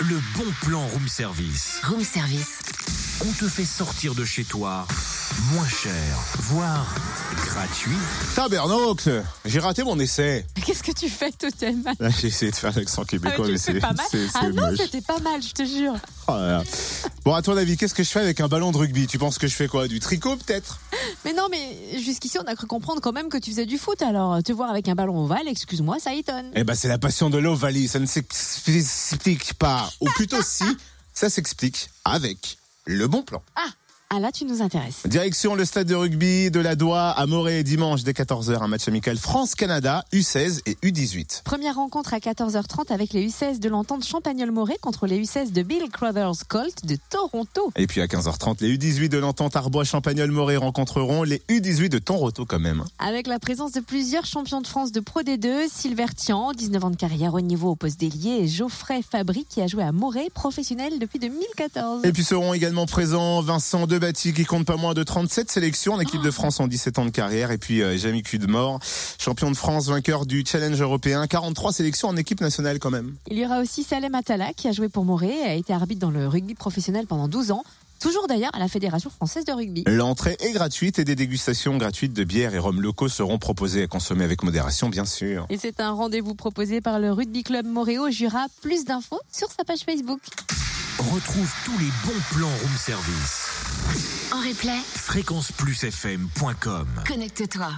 Le bon plan room service. Room service. On te fait sortir de chez toi moins cher, voire gratuit. Tabernacle J'ai raté mon essai. Qu'est-ce que tu fais, Totem Là, J'ai essayé de faire l'accent Ah, mais québécois, tu mais le c'est fais pas mal. c'est- Ah c'est non, moche. c'était pas mal, je te jure. Oh là là. Bon, à ton avis, qu'est-ce que je fais avec un ballon de rugby Tu penses que je fais quoi Du tricot, peut-être Mais non, mais jusqu'ici, on a cru comprendre quand même que tu faisais du foot. Alors, te voir avec un ballon ovale, excuse-moi, ça étonne. Eh ben, c'est la passion de l'Ovalie, ça ne s'explique pas. Ou plutôt si, ça s'explique avec le bon plan. Ah là, tu nous intéresses. Direction le stade de rugby de la Doua à Morée, dimanche dès 14h, un match amical France-Canada, U16 et U18. Première rencontre à 14h30 avec les U16 de l'entente Champagnol-Morée contre les U16 de Bill Crothers Colt de Toronto. Et puis à 15h30, les U18 de l'entente Arbois-Champagnol-Morée rencontreront les U18 de Tonroto quand même. Avec la présence de plusieurs champions de France de Pro D2, Sylvain Tian, 19 ans de carrière au niveau au poste d'ailier, et Geoffrey Fabry qui a joué à Morée, professionnel depuis 2014. Et puis seront également présents Vincent Debatty qui compte pas moins de 37 sélections en équipe de France en 17 ans de carrière et puis euh, Jamie Cudemore, champion de France, vainqueur du challenge européen, 43 sélections en équipe nationale quand même. Il y aura aussi Salem Atala qui a joué pour Morée et a été arbitre dans le rugby professionnel pendant 12 ans, toujours d'ailleurs à la Fédération française de rugby. L'entrée est gratuite et des dégustations gratuites de bières et rhum locaux seront proposées à consommer avec modération bien sûr. Et c'est un rendez-vous proposé par le Rugby Club Morée au Jura. Plus d'infos sur sa page Facebook. Retrouve tous les bons plans room service. En replay, Fréquenceplusfm.com. connecte-toi.